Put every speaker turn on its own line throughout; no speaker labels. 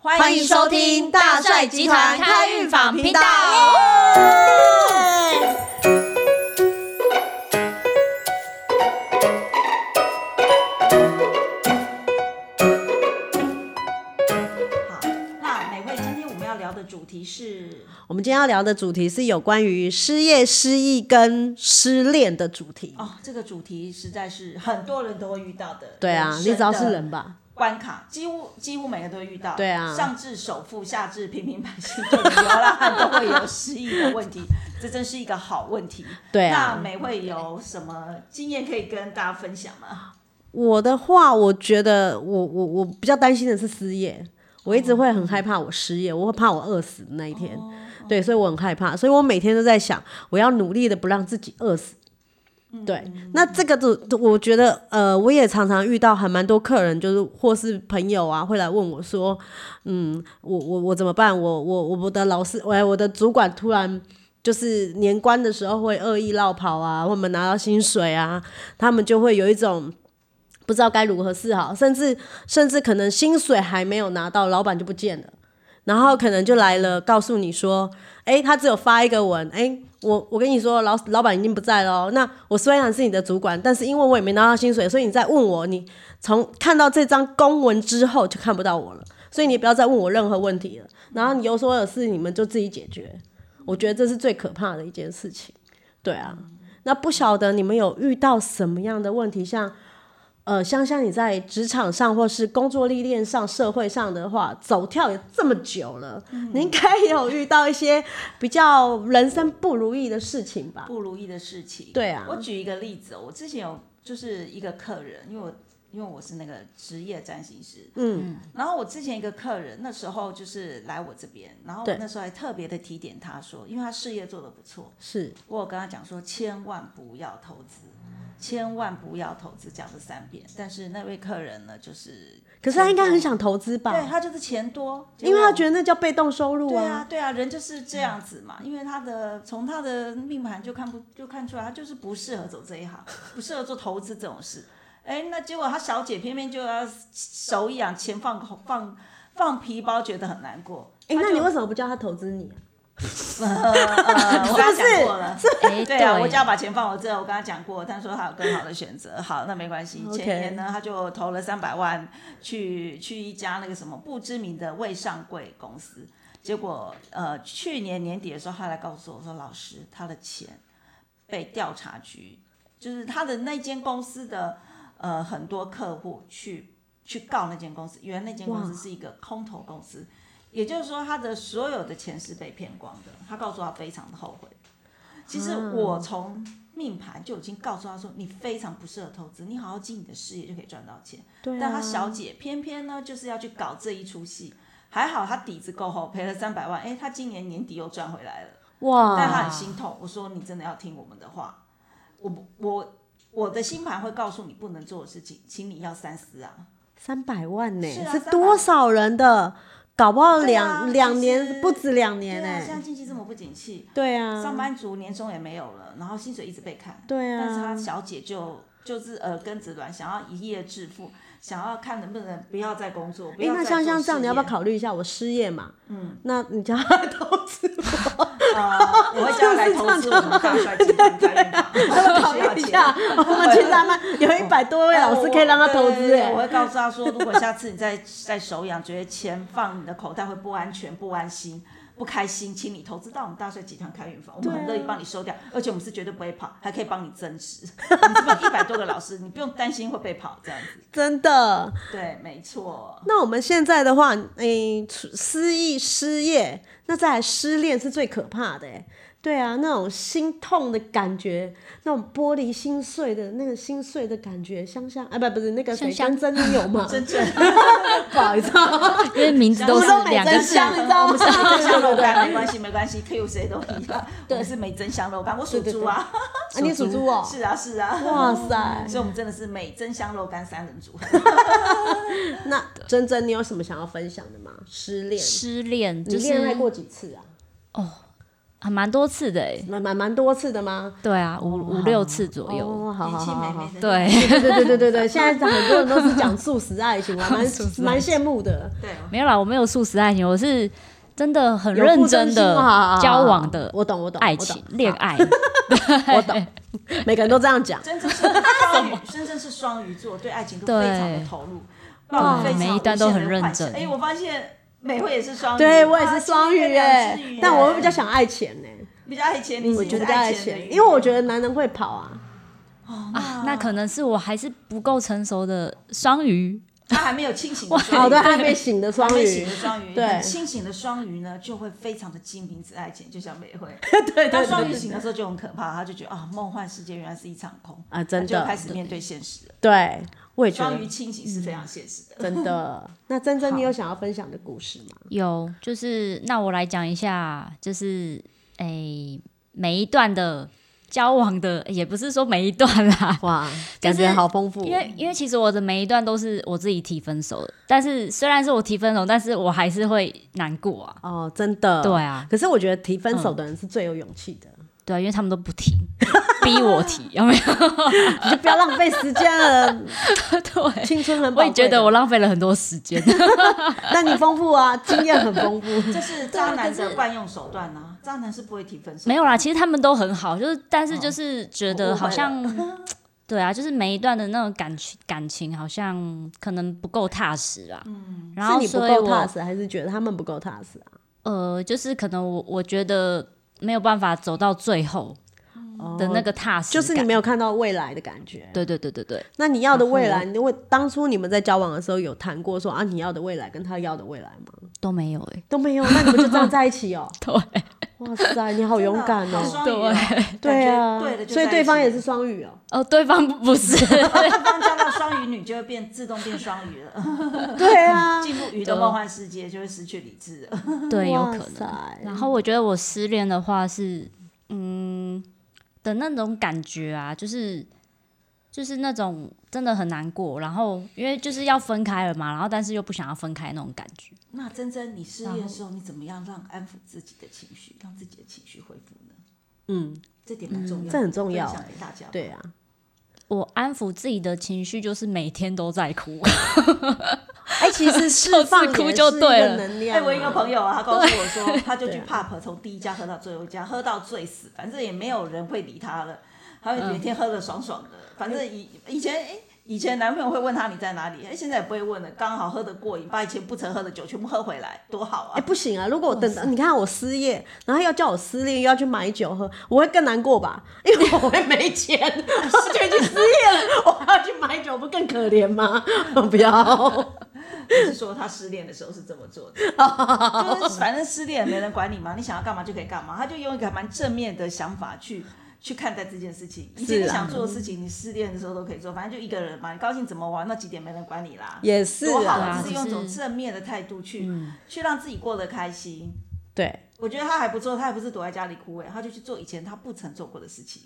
欢迎收听大帅集团开运访频道。好，那美惠，今天我们要聊的主题是，
我们今天要聊的主题是有关于失业、失忆跟失恋的主题。
哦，这个主题实在是很多人都会遇到的。
对啊，你只要是人
吧。
吧，
关卡，几乎几乎每个都会遇到。
对啊
上至首富，下至平民百姓，就流浪汉都会有失忆的 问题，这真是一个好问题。
对
那
啊。
美惠有什么经验可以跟大家分享吗？
我的话，我觉得我我我比较担心的是失业，我一直会很害怕我失业，我会怕我饿死的那一天。对，所以我很害怕，所以我每天都在想，我要努力的不让自己饿死。对，那这个就我觉得，呃，我也常常遇到还蛮多客人，就是或是朋友啊，会来问我说，嗯，我我我怎么办？我我我我的老师，喂，我的主管突然就是年关的时候会恶意绕跑啊，我们拿到薪水啊，他们就会有一种。不知道该如何是好，甚至甚至可能薪水还没有拿到，老板就不见了，然后可能就来了，告诉你说，哎，他只有发一个文，哎，我我跟你说，老老板已经不在了哦、那我虽然是你的主管，但是因为我也没拿到薪水，所以你再问我，你从看到这张公文之后就看不到我了，所以你不要再问我任何问题了。然后你有所有事，你们就自己解决。我觉得这是最可怕的一件事情。对啊，那不晓得你们有遇到什么样的问题？像呃，像像你在职场上或是工作历练上、社会上的话，走跳也这么久了，你应该也有遇到一些比较人生不如意的事情吧？
不如意的事情。
对啊
我举一个例子哦，我之前有就是一个客人，因为我因为我是那个职业占星师，
嗯，
然后我之前一个客人那时候就是来我这边，然后我
对
那时候还特别的提点他说，因为他事业做得不错，
是
我有跟他讲说，千万不要投资，千万不要投资，讲了三遍。但是那位客人呢，就是，
可是他应该很，想投资
对
吧？
他就是钱多，
哦因为他觉
得。
得那叫被动收入
对
啊
啊，。对啊，人就是这样子嘛。因为他的从他的命盘就看不就看出来，他就是不适合走这一行，不适合做投资这种事。哎，那结果他小姐偏偏就要手痒，钱放放放皮包，觉得很难过。
哎、
他
那
就
你为什么不叫他投资你、啊？
呃，我跟他讲过了，
哎
对啊，我只要把钱放我这，我跟他讲过，但说他有更好的选择。好，那没关系。
OK
前年呢，他就投了三百万去去一家那个什么不知名的未上柜公司。结果呃，去年年底的时候，他来告诉我说，老师，他的钱被调查局，就是他的那间公司的呃很多客户去去告那间公司，原来那间公司
哇
是一个空头公司。也就是说，他的所有的钱是被骗光的。他告诉他非常的后悔。其实我从命盘就已经告诉他说，你非常不适合投资，你好好经营你的事业就可以赚到钱。
对啊，
但他小姐偏偏呢，就是要去搞这一出戏。还好他底子够厚，赔了三百万，哎，他今年年底又赚回来了。
哇，
但他很心痛。我说你真的要听我们的话，我不我我的星盘会告诉你不能做的事情，请你要三思啊。
三百万呢、
是啊300
多少人的？搞不好
对啊
两两、
其实
年不止两
对
年
啊，
哎、
现在经济这么不景气，
对啊，
上班族年终也没有了，然后薪水一直被砍。
对啊
但是他小姐就就是耳根子软，想要一夜致富，想要看能不能不要再工作。不
哎、
要
那
再
像
做
像这样，
事
你要不要
业？
考虑一下？我失业嘛，嗯，那你叫他投资 我，
呃，我会叫他来投资我们大帅集 团开运房，
考
需要
虑一
钱
下。 我们群他们有一百多位老师可以让他投
对
资
对对哦我
哎、
会告诉他说，欸如果下次你在在手痒，觉得钱放你的口袋会不安全、不安心、不开心，请你投资到我们大帅集团开运房，我们很乐意帮你收掉，而且我们是绝对不会跑，还可以帮你增 值。我们这边一百多个老师，你不用担心会被跑这样子。
真的。
对，没错。
那我们现在的话，诶、除失忆、失业，那再来失恋是最可怕的、欸。对啊，那种心痛的感觉，那种玻璃心碎的那个心碎的感觉，香香哎，不不是那个谁，
香
跟真有吗？
真正
不好意思啊，
因为名字都是
我们都没
两个
真
字，
香，你知道吗？
真相肉 干没
啊
关系，没关系，Q 谁都一样。我们是美真香肉干，我属
对对
猪啊，
啊你属猪 哦，
是啊是啊。
哇塞！
所以我们真的是美真香肉干三人组。
那珍珍，你有什么想要分享的吗？失恋，
失恋
你
就是
恋爱过几次啊？
哦，还蛮多次的哎，
蛮蛮蛮多次的吗？
对啊，五五六次左右，
哦，好好
年轻
好
美
好
眉
好。
的
对，
对对对对对 对，现在很多人都是讲素食爱情，我还啊蛮蛮羡慕的。
对，
没有啦，我没有素食爱情，我是真的很
有
认
付真
真
心好好好
的
好
交往的
啊我懂我懂，
爱
我懂
情、恋，爱。
好我懂，每个人都这样讲。
真正是双鱼，真正是双鱼座，对爱情都非常的
对
投入，抱有非常
每一段都很认真
无限的幻想哎，我发现美惠也是双鱼，
对我也
哇
是双鱼
哎
哎，，但我会比较想爱钱呢，
比较爱钱，你
我觉得比较
爱
爱
钱的鱼，
钱，因为我觉得男人会跑啊。
啊，那可能是我还是不够成熟的双鱼，
他还没有清醒的双鱼，
好的，还没醒的双
还没
鱼
醒的，双鱼，
对
很清醒的双鱼呢，就会非常的精明自爱钱，就像美 惠。对当双鱼醒的时候就很可怕，他就觉得啊，梦幻世界原来是一场空
啊真的
他就开始面对现实了。
对，嗯我也觉
双鱼
得
清醒是非常现实的。
真的。那珍珍，你有想要分享的故事吗？
有就是那我来讲一下，就是诶、每一段的交往的，也不是说每一段啦，
哇，
就
感
是
觉好丰富哦。
因为因为其实我的每一段都是我自己提分手的，但是虽然是我提分手，但是我还是会难过啊。
哦，真的。
对嗯啊，
可是我觉得提分手的人是最有勇气的，
对啊，因为他们都不提， 逼我提，有没有？
你就不要浪费时间了，
对，
青春很宝
我
贵。
也觉得 我，浪费了很多时间。
但你丰富啊，经验很丰富。
这是渣男的惯用手段呐、渣男是不会提分手。
没有啦，，其实他们都很好，就是但是就是觉得好像， 对啊，就是每一段的那种感情感情好像可能不够踏实啦。嗯，然
是
后
你不
所以
够踏
我
实，还是觉得他们不够踏实啊？
呃，就是可能我我觉得没有办法走到最后的那个踏实
就
感，
是你没有看到未来的感觉。
对对对对对，
那你要的未来，你为当初你们在交往的时候有谈过说啊，你要的未来跟他要的未来吗？
都没有哎、
都没有，那你们就这样在一起哦、
对，啊
哇塞，你好勇敢哦、
好双鱼哦、感觉
对啊，
对的就在一起了，
所以对方也是双语 哦、
哦，对方不不是，
对方交到双鱼女就会变自动变双鱼 了，
对啊，
进入鱼的梦幻世界就会失去理智了。
对，有可
哇
能。
塞
然后我觉得我失恋的话是，嗯的那种感觉啊，就是就是那种真的很难过，然后因为就是要分开了嘛，然后但是又不想要分开那种感觉。
那珍珍，你失恋的时候，你怎么样让安抚自己的情绪，让自己的情绪恢复呢？
嗯，
这点蛮重要的，
这很重要
分享给大家。，
对啊，
我安抚自己的情绪，就是每天都在 哭。
哎、其实释放
就是哭
也
就是
一
对
个
了
能量、
哎，我一个朋，友啊，他告诉我说，他就去
啊
pub 从第一家喝到最后一家，喝到醉死，反正也没有人会理他了，他
嗯
每天喝的爽爽的，反正以以前哎。以前男朋友会问他你在哪里，哎，现在也不会问了，刚好喝得过瘾，把以前不曾喝的酒全部喝回来，多好
哎、
啊！
不行啊！如果我等到你看我失业，然后要叫我失恋，又要去买酒喝，我会更难过吧？因为我会没钱，我就已经失业了，我还要去买酒，不更可怜吗？ 不要，
就是说他失恋的时候是这么做的，就是 反正失恋没人管你嘛，你想要干嘛就可以干嘛，他就用一个蛮正面的想法去。去看待这件事情，以前你
是啊
想做的事情，你失恋的时候都可以做，反正就一个人嘛，你高兴怎么玩到几点没人管你啦，
也是
多好
啊
只是用一嗯种
就是
正面的态度去、去让自己过得开心。
对，
我觉得他还不错，他还不是躲在家里哭哎、他就去做以前他不曾做过的事情，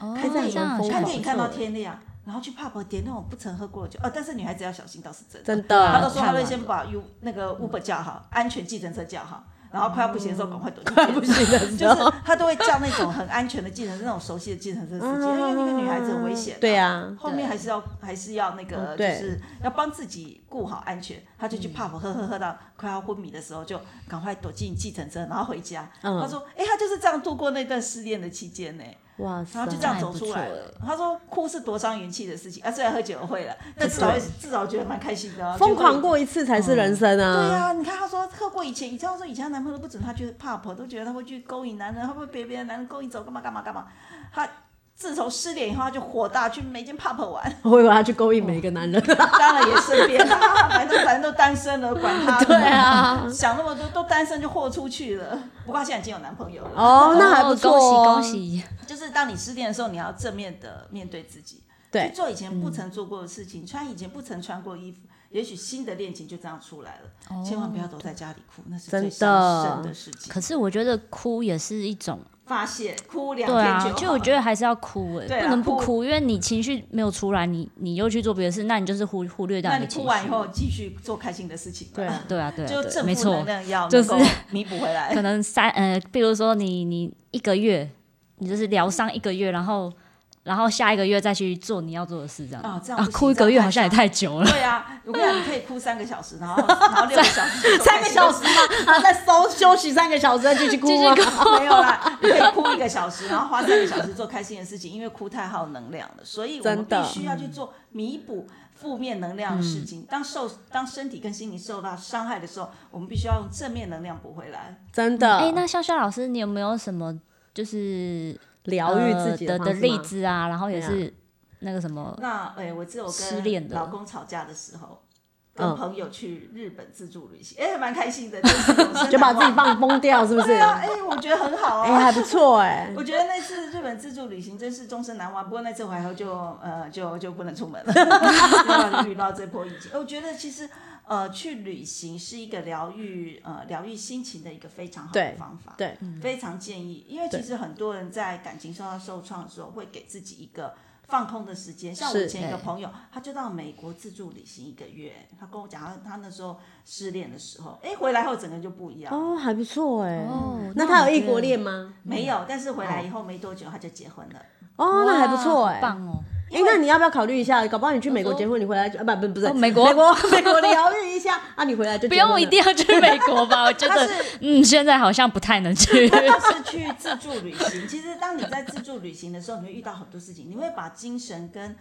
哦
看在你们
这样
疯
好
看
狂
电影
不
看
错
到
欸
天亮，然后去 pub 点那种不曾喝过的酒，哦，但是女孩子要小心倒是真的，
真的
他都说他
太
会
晚
先
了
把 U 那个 Uber 叫好，安全计程车叫好，然后快要不行的时候赶快躲进去。
嗯不行的时
就
候
是他都会叫那种很安全的计程车，那种熟悉的计程车司机，
嗯
因为那个女孩子很危险、
对啊
后面还是要还是要那个，
嗯
就
对嗯
是要帮自己顾好安全。他就去 pub 喝喝喝到快要昏迷的时候，就赶快躲进计程车，然后回家。
嗯
他说：“哎、他就是这样度过那段失恋的期间呢、
哇塞，
然后就这样走出来
那还
了
不。
他说哭是多伤元气的事情啊，虽然喝酒会了，但至少会至少觉得蛮开心的、啊。
疯
就
狂
会
过一次才是人生啊！
对呀、你看她说喝过以前，以前她说以前她男朋友都不准她去 pub，都觉得她会去勾引男人，她会被别的男人勾引走，干嘛干嘛干嘛。她自从失恋以后，她就火大去每间 pub 玩，
我以为他去勾引每一个男人，啊
当然也身边，反正反正都单身了，管 他。对
啊，
想那么多，都单身就豁出去了。不过她现在已经有男朋友了。
哦，那还不错、哦
恭喜恭喜！
就是当你失恋的时候，你要正面的面对自己，
对嗯
去做以前不曾做过的事情，穿以前不曾穿过衣服，也许新的恋情就这样出来了。千万不要躲在家里哭，那是最
哦真的
伤身的事情。
可是我觉得哭也是一种
发泄，哭两
对
天
啊，
就
就
好
我
了
觉得还是要哭哎、
对啊
不能不
哭
哭，因为你情绪没有出来，你你又去做别的事，那你就是忽忽略掉
那
的
你
情绪。
哭完以后继续做开心的事情吧，
对 啊
对啊，对啊，
就
对
正
没
负能
错，
量要
就
能够
是
弥补回来
可。能三呃，比如说你你一个月，你就是疗伤一个月，然后然后下一个月再去做你要做的事，这样
啊这样
啊
不行
哭一
这
个
样
月
太
好像也
长
太久了。
对啊，我跟你讲，你可以哭三个小时，然后然后六个小时，
三个小时嘛，然后再收休息三个小时再继续哭啊。
没有啦，你可以哭一个小时，然后花三个小时做开心的事情，因为哭太耗能量了，所以我们
真的
必须要去做弥补负面能量的事
嗯
情。当受当身体跟心灵受到伤害的时候，我们必须要用正面能量补回来。
真的，
哎、那笑笑老师，你有没有什么就是
疗愈自己
呃、的
方式吗
例子啊？然后也
对啊
是那个什么，
那哎、我只有
失恋
跟
的
老公吵架的时候。
嗯
跟朋友去日本自助旅行，哎、蛮开心的，就是有生
就把自己
难忘
放疯掉，是不是？
对啊，
哎、
哎、我觉得很好啊。
哦还不错哎、
我觉得那次日本自助旅行真是终身难忘。不过那次回来后就呃就就不能出门了， 因为遇到这波疫情。我觉得其实呃去旅行是一个疗愈呃疗愈心情的一个非常好的
对
方法，
对，
非常建议。因为其
对
实很多人在感情受到受创的时候，会给自己一个。放空的时间，像我
是
以前一个
对
朋友，他就到美国自助旅行一个月，他跟我讲，他他那时候失恋的时候，哎，回来后整个就不一样了，
哦，还不错哎、
哦
那
那
他
我
有异
觉
国
得
恋吗？
没有，但是回来以后没多久他就结婚了。
哦，那还不
哇
错
好
哎、
棒哦！
哎、那你要不要考虑一下？搞不好你去美国结婚，你回来就啊，不不不是、
哦美国
美国 美国疗愈一下啊，你回来就
不
结婚
用一
了
定要去美国 吧？我觉
他
得
是，
嗯，现在好像不太能去。
就是去自助旅行。其实当你在自助旅行的时候，你会遇到很多事情，你会把精神跟呃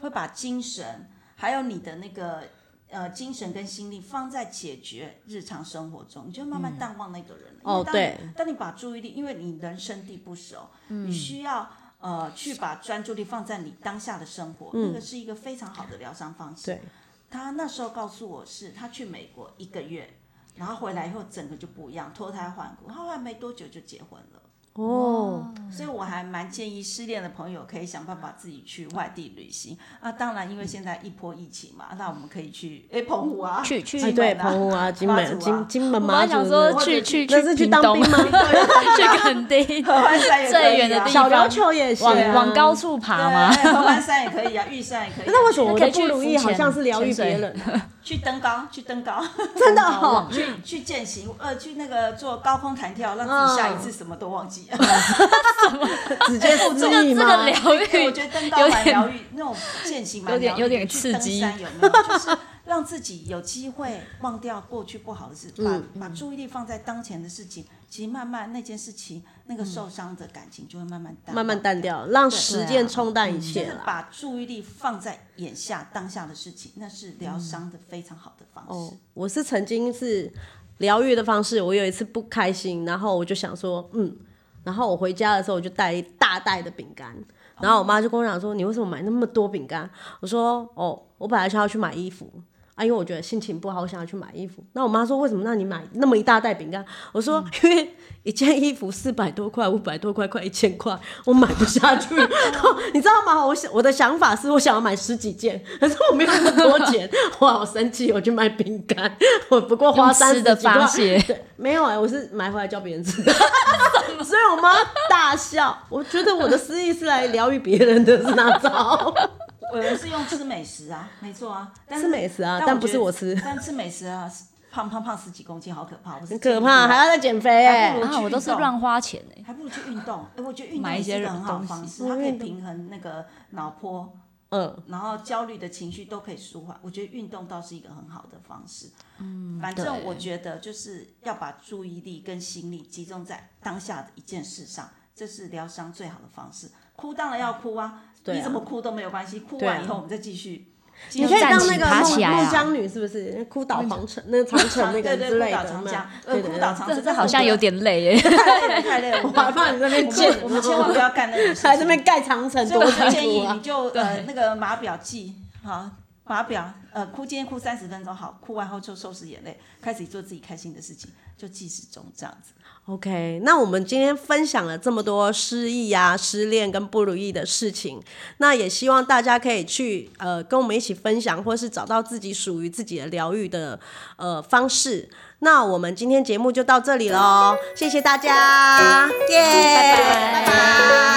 会把精神，还有你的那个呃精神跟心力放在解决日常生活中，你就慢慢淡忘那个人了。因为
哦
当你
对，
当你把注意力，因为你人生地不熟，你需要。呃，去把专注力放在你当下的生活，那
嗯
个是一个非常好的疗伤方式。
对，
他那时候告诉我是他去美国一个月，然后回来以后整个就不一样，脱胎换骨。他后来没多久就结婚了，
哦，
所以我还蛮建议失恋的朋友可以想办法自己去外地旅行啊。当然，因为现在一波疫情嘛，那我们可以去诶澎湖啊，
去去
金门啊
对，澎湖啊，金
马
门、
祖啊
金金门
我
马
本来
祖
想
是
说
不是
去去
那是去
屏
当
东
兵 吗？
去 垦丁，
合欢山也可以啊
最远的地方
小
啊
琉球也是、啊，
往往高。处爬吗？
对，合欢山也可以啊，玉山也可以啊、
那为什么我
可
的
以
不
去
如
浮
意好
潜
像是疗愈
潜
别
水
人？
去登高，去登高，
真的哦，
去去践行，呃，去那个做高空弹跳，让自己下一次什么都忘记。
直接复
这个这个疗
对，我
愈
觉得登高
有
蛮
点
疗愈，那种践行蛮
有
疗
点
愈的
有点
去
刺激
登山有没有？就是让自己有机会忘掉过去不好的事，把、把注意力放在当前的事情，其实慢慢那件事情，那个受伤的感情就会慢慢淡，
慢慢淡。掉，让实践
对啊
冲淡一
就
切
是
啦。
把注意力放在眼下当下的事情，那是疗伤的非常好的方
哦
式。，
我是曾经是疗愈的方式，我有一次不开心，然后我就想说，嗯，然后我回家的时候我就带一大袋的饼干，然后我妈就跟我讲说，你为什么买那么多饼干？我说，哦，我本来想要去买衣服。啊，因为我觉得心情不好，我想要去买衣服。那我妈说：“为什么让你买那么一大袋饼干？”我说：“
嗯
因为一件衣服四百多块、五百多块、快一千块，我买不下去。 哦你知道吗？我想我的想法是我想要买十几件，可是我没有那么多钱， 我好生气，我去买饼干， 我不过花
用
三
吃
十
的
几
发
块。
泄。
对，没有哎、我是买回来教别人吃的，所以我妈大笑。我觉得我的私意是来疗愈别人的，是哪招？
有人是用吃美食啊， 没错啊，但是
吃美食啊但
但我
不是
觉得
我吃
但吃美食啊，胖胖胖十几公斤，好可怕，我是
很
建议
可
不要
怕，还要再减肥哎、
还不如
啊，我都是乱花钱哎、
还不如去运动。哎，我觉得运动
买
也
一
是
些
一个很好的
东
方
西
式，它可以平衡那个脑波，
嗯，
然后焦虑的情绪都可以舒缓。我觉得运动倒是一个很好的方式。嗯，反正
对
我觉得就是要把注意力跟心力集中在当下的一件事上，这是疗伤最好的方式。哭当然要哭啊，
对啊
你怎么哭都没有关系，哭
对啊
完以后我们再继续。
你
你
可以
站
当
起
那个
爬
孟
起来啊
孟姜女是不是？哭倒长城，那个长城那
对
个
对，
之
哭
类
倒
的
长
嘛
江，呃，
对对
哭
对
倒长城，
这好像有点累哎、
太累了，太累了，我
我还怕你在那边
们
贱
我们千万不要干那种事情。
还在那边盖长城，
所以
多啊
我
辛
就建
苦
议
啊
你！就呃那个码表记好，发表，呃，哭今天哭三十分钟，好，哭完后就收拾眼泪，开始做自己开心的事情，就记时钟这样子。
OK，那我们今天分享了这么多失意啊、失恋跟不如意的事情，那也希望大家可以去呃跟我们一起分享，或是找到自己属于自己的疗愈的呃方式。那我们今天节目就到这里喽，谢谢大家，耶、
嗯拜
拜
拜
拜